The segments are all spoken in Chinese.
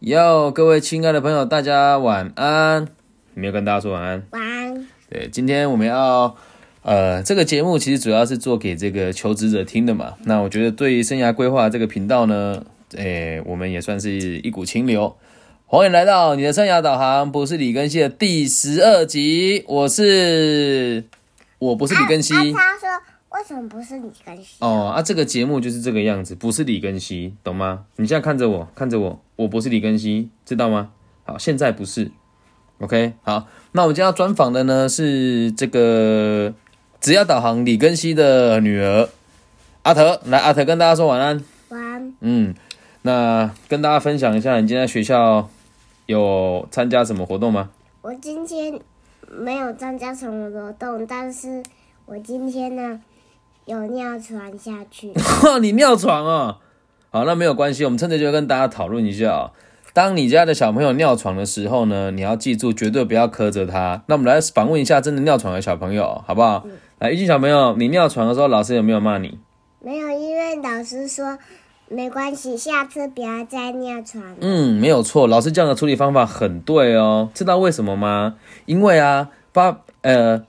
哟，各位亲爱的朋友，大家晚安。没有跟大家说晚安。晚安，对，今天我们要，呃，这个节目其实主要是做给这个求职者听的嘛。那我觉得对于生涯规划这个频道呢，诶，我们也算是一股清流。欢迎来到你的生涯导航，不是李根熙的第十二集。我是，我不是李根熙。啊他说为什么不是你更新？哦啊，这个节目就是这个样子，不是李根熙，懂吗？你现在看着我，看着我，我不是李根熙，知道吗？好，现在不是，OK，好，那我们今天要专访的呢是这个只要导航李根熙的女儿阿德，来阿德跟大家说晚安，晚安，嗯，那跟大家分享一下，你今天在学校有参加什么活动吗？我今天没有参加什么活动，但是我今天呢有尿床下去。 哇，你尿床哦。好，那没有关系，我们趁着就跟大家讨论一下啊、当你家的小朋友尿床的时候呢，你要记住绝对不要苛责他。那我们来访问一下真的尿床的小朋友，好不好？来，一进小朋友，你尿床的时候，老师有没有骂你？没有，因为老师说没关系，下次不要再尿床。嗯，没有错，老师这样的处理方法很对哦。知道为什么吗？因为啊，爸，呃，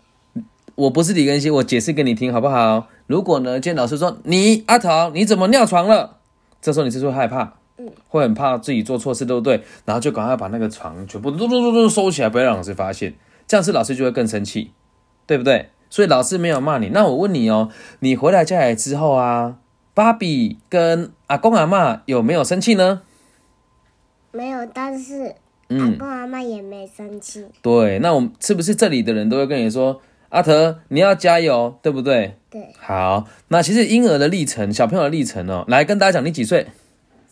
我不是李根熙，我解释给你听好不好？如果呢，见老师说你阿桃你怎么尿床了，这时候你是不是会害怕？会很怕自己做错事，对不对？然后就赶快把那个床全部嘟嘟嘟嘟收起来，不要让老师发现。这样子老师就会更生气，对不对？所以老师没有骂你。那我问你哦，你回来家里之后啊，芭比跟阿公阿嬷有没有生气呢？没有，但是、阿公阿妈也没生气。对，那我们是不是这里的人都会跟你说，阿德你要加油，对不对？对，好，那其实婴儿的历程，小朋友的历程哦，来跟大家讲，你几岁？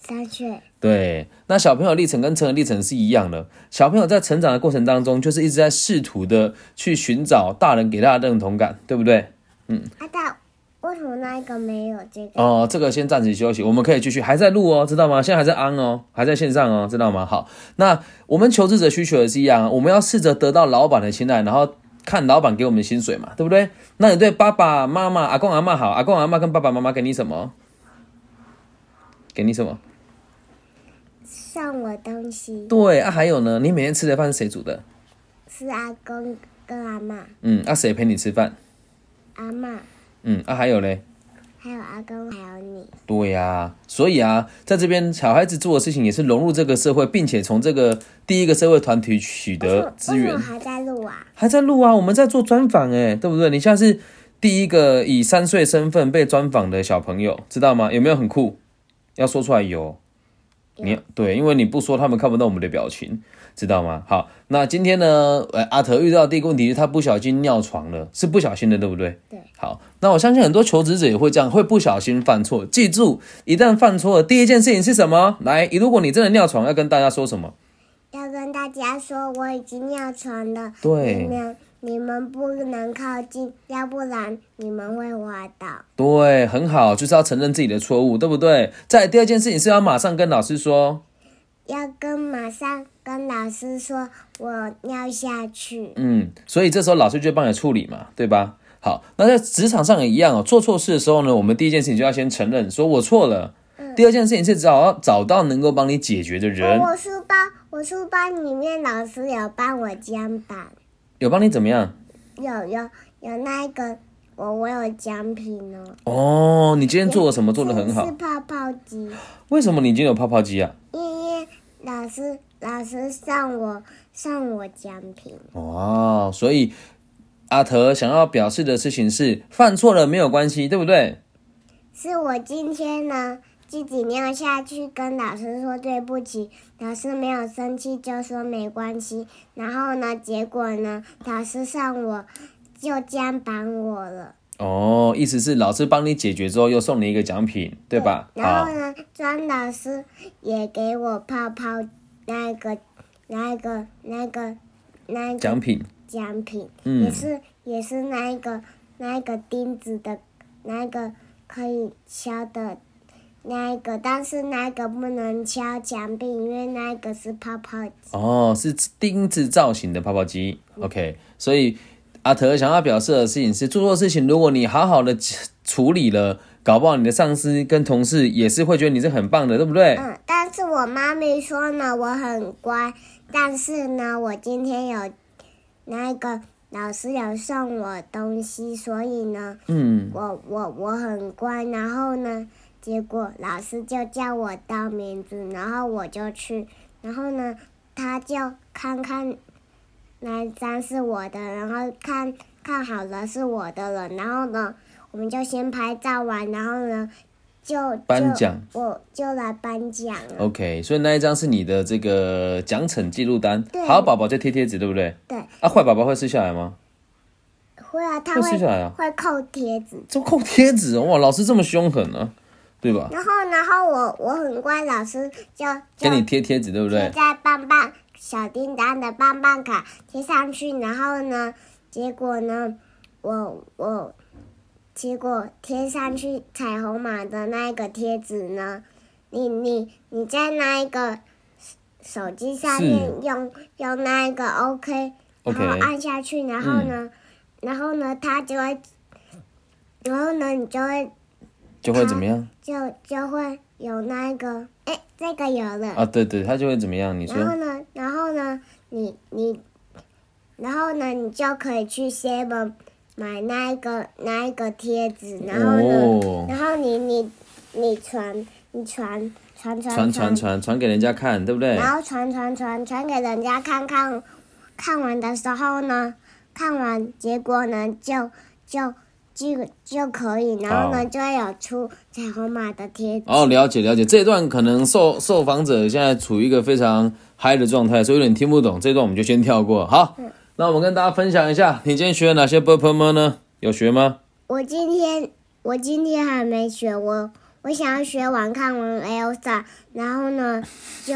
三岁对，那小朋友的历程跟成人历程是一样的。小朋友在成长的过程当中，就是一直在试图的去寻找大人给他的认同感，对不对？啊，但为什么那一个没有这个？哦，这个先暂时休息，我们可以继续，还在录哦，知道吗？现在还在 on 哦，还在线上哦，知道吗？好，那我们求职者需求也是一样，我们要试着得到老板的青睐，然后看老板给我们的薪水嘛，对不对？那你对爸爸妈妈、阿公阿嬷好，阿公阿嬷跟爸爸妈妈给你什么？给你什么？送我东西对啊，还有呢，你每天吃的饭是谁煮的？是阿公跟阿妈，嗯，啊，谁陪你吃饭？阿妈嗯，啊，还有嘞，还有阿公还有你。对呀、所以啊，在这边小孩子做的事情也是融入这个社会，并且从这个第一个社会团体取得资哦为什源么。还在录啊？还在录啊，我们在做专访哎，对不对？你现在是第一个以三岁身份被专访的小朋友，知道吗？有没有很酷？要说出来有。你对，因为你不说，他们看不到我们的表情，知道吗？好，那今天呢，呃，阿德遇到第一个问题是他不小心尿床了，是不小心的，对不对？对。好，那我相信很多求职者也会这样，会不小心犯错。记住，一旦犯错了，第一件事情是什么？来，如果你真的尿床，要跟大家说什么？要跟大家说，我已经尿床了。对你们你们不能靠近，要不然你们会滑倒。对，很好，就是要承认自己的错误，对不对？再来第二件事情是要马上跟老师说，要跟马上跟老师说，我尿下去。嗯，所以这时候老师就会帮你处理嘛，对吧？好，那在职场上也一样哦，做错事的时候呢，我们第一件事情就要先承认，说我错了。第二件事情是找找到能够帮你解决的人，哦我书包，我书包里面老师有帮我奖板，有帮你怎么样？有有有那一个我我有奖品哦，哦，你今天做了什么？做的很是好。泡泡机，为什么你今天有泡泡机啊？因为老师老师送我送我奖品。哦，所以阿德想要表示的事情是，犯错了没有关系，对不对？是我今天呢自己尿下去，跟老师说对不起，老师没有生气，就说没关系。然后呢，结果呢，老师上我就肩膀我了，哦，意思是老师帮你解决之后，又送你一个奖品，对吧？然好后，呢，庄老师也给我泡泡那个、那个、那个、那个奖品。奖品，嗯也是也是那一个那一个钉子的，那一个可以敲的，那一个，但是那一个不能敲墙壁，因为那一个是泡泡机。哦，是钉子造型的泡泡机。OK，所以阿德想要表示的事情是，做错事情，如果你好好的处理了，搞不好你的上司跟同事也是会觉得你是很棒的，对不对？嗯，但是我妈咪说呢，我很乖，但是呢，我今天有那个老师有送我东西，所以呢，嗯，我我我很乖，然后呢，结果老师就叫我当名字，然后我就去，然后呢，他就看看那一张是我的，然后看看好了是我的了，然后呢，我们就先拍照完，然后呢，就颁奖，哦就我就来颁奖了。嗯 OK，所以那一张是你的这个奖惩记录单对，好宝宝就贴贴纸，对不对？对，啊，坏宝宝会撕下来吗？会啊，他会撕会下来啊？会扣贴纸，这扣贴纸哦哇，老师这么凶狠啊，对吧？然后然后我我很乖，老师就给就你贴贴纸，对不贴对？在棒棒小叮当的棒棒卡贴上去，然后呢，结果呢，我我结果贴上去彩虹马的那一个贴纸呢，你你你在那一个手机上面用用那一个 OK，然 OK 后按下去，然后呢，然后呢，它就会，然后呢，你就会就会怎么样就就会有那一个，哎，这个有了。啊？对对，他就会怎么样？你说然后呢，然后呢，你你，然后呢，你就可以去 Seven 买那一个那一个贴纸，然后呢，哦然后你你你传你传传传传传传传给人家看，对不对？然后传传传传给人家看看，看完的时候呢，看完结果呢就就就就可以，然后呢好就会有出彩虹马的贴纸。哦，了解了解，这一段可能受受访者现在处于一个非常嗨的状态，所以有点听不懂。这一段我们就先跳过。好，那我们跟大家分享一下，你今天学了哪些 b u r p l e 呢？有学吗？我今天我今天还没学，我我想要学完看完 Elsa，然后呢，就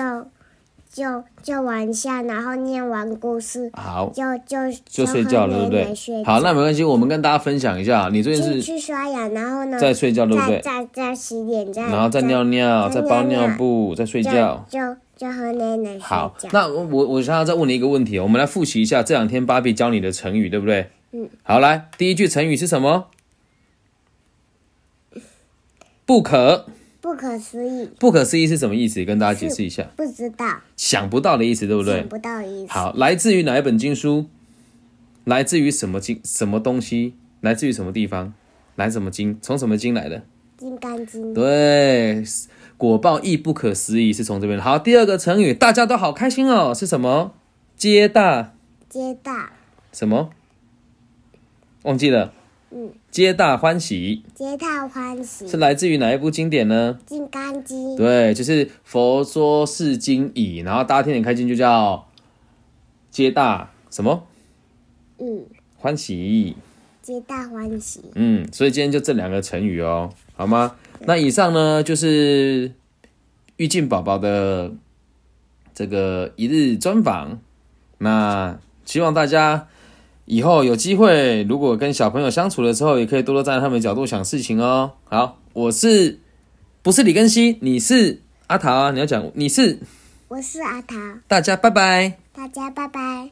就就玩一下，然后念完故事，好，就就就睡觉了，对不就还没睡对？觉好，那没关系，我们跟大家分享一下，你最去近是去刷牙，然后呢，在睡觉，对不对？再再再洗脸，再然后再尿尿，再再包尿尿尿布，再睡觉。就就就喝奶奶睡好觉，。那我我我想要再问你一个问题哦，我们来复习一下这两天芭比教你的成语，对不对？嗯。好，来，第一句成语是什么？不可不可思议，不可思议是什么意思？跟大家解释一下，不知道，想不到的意思，对不对想？不到的意思。好，来自于哪一本经书？来自于什么经？什么东西？来自于什么地方？来什么经？从什么经来的？金刚经，对，果报亦不可思议是从这边。好，第二个成语，大家都好开心哦，是什么？皆大接大什么？忘记了。嗯，皆大欢喜皆大欢喜，是来自于哪一部经典呢？金刚经，对，就是《佛说是经已》，然后大家听点开心就叫皆大什么嗯，欢喜。皆大欢喜。嗯，所以今天就这两个成语哦，好吗？那以上呢就是遇见宝宝的这个一日专访。那希望大家以后有机会，如果跟小朋友相处的时候，也可以多多站在他们的角度想事情哦。好，我是不是李根熙？你是阿桃啊？你要讲你是我是阿桃，大家，拜拜。大家拜拜。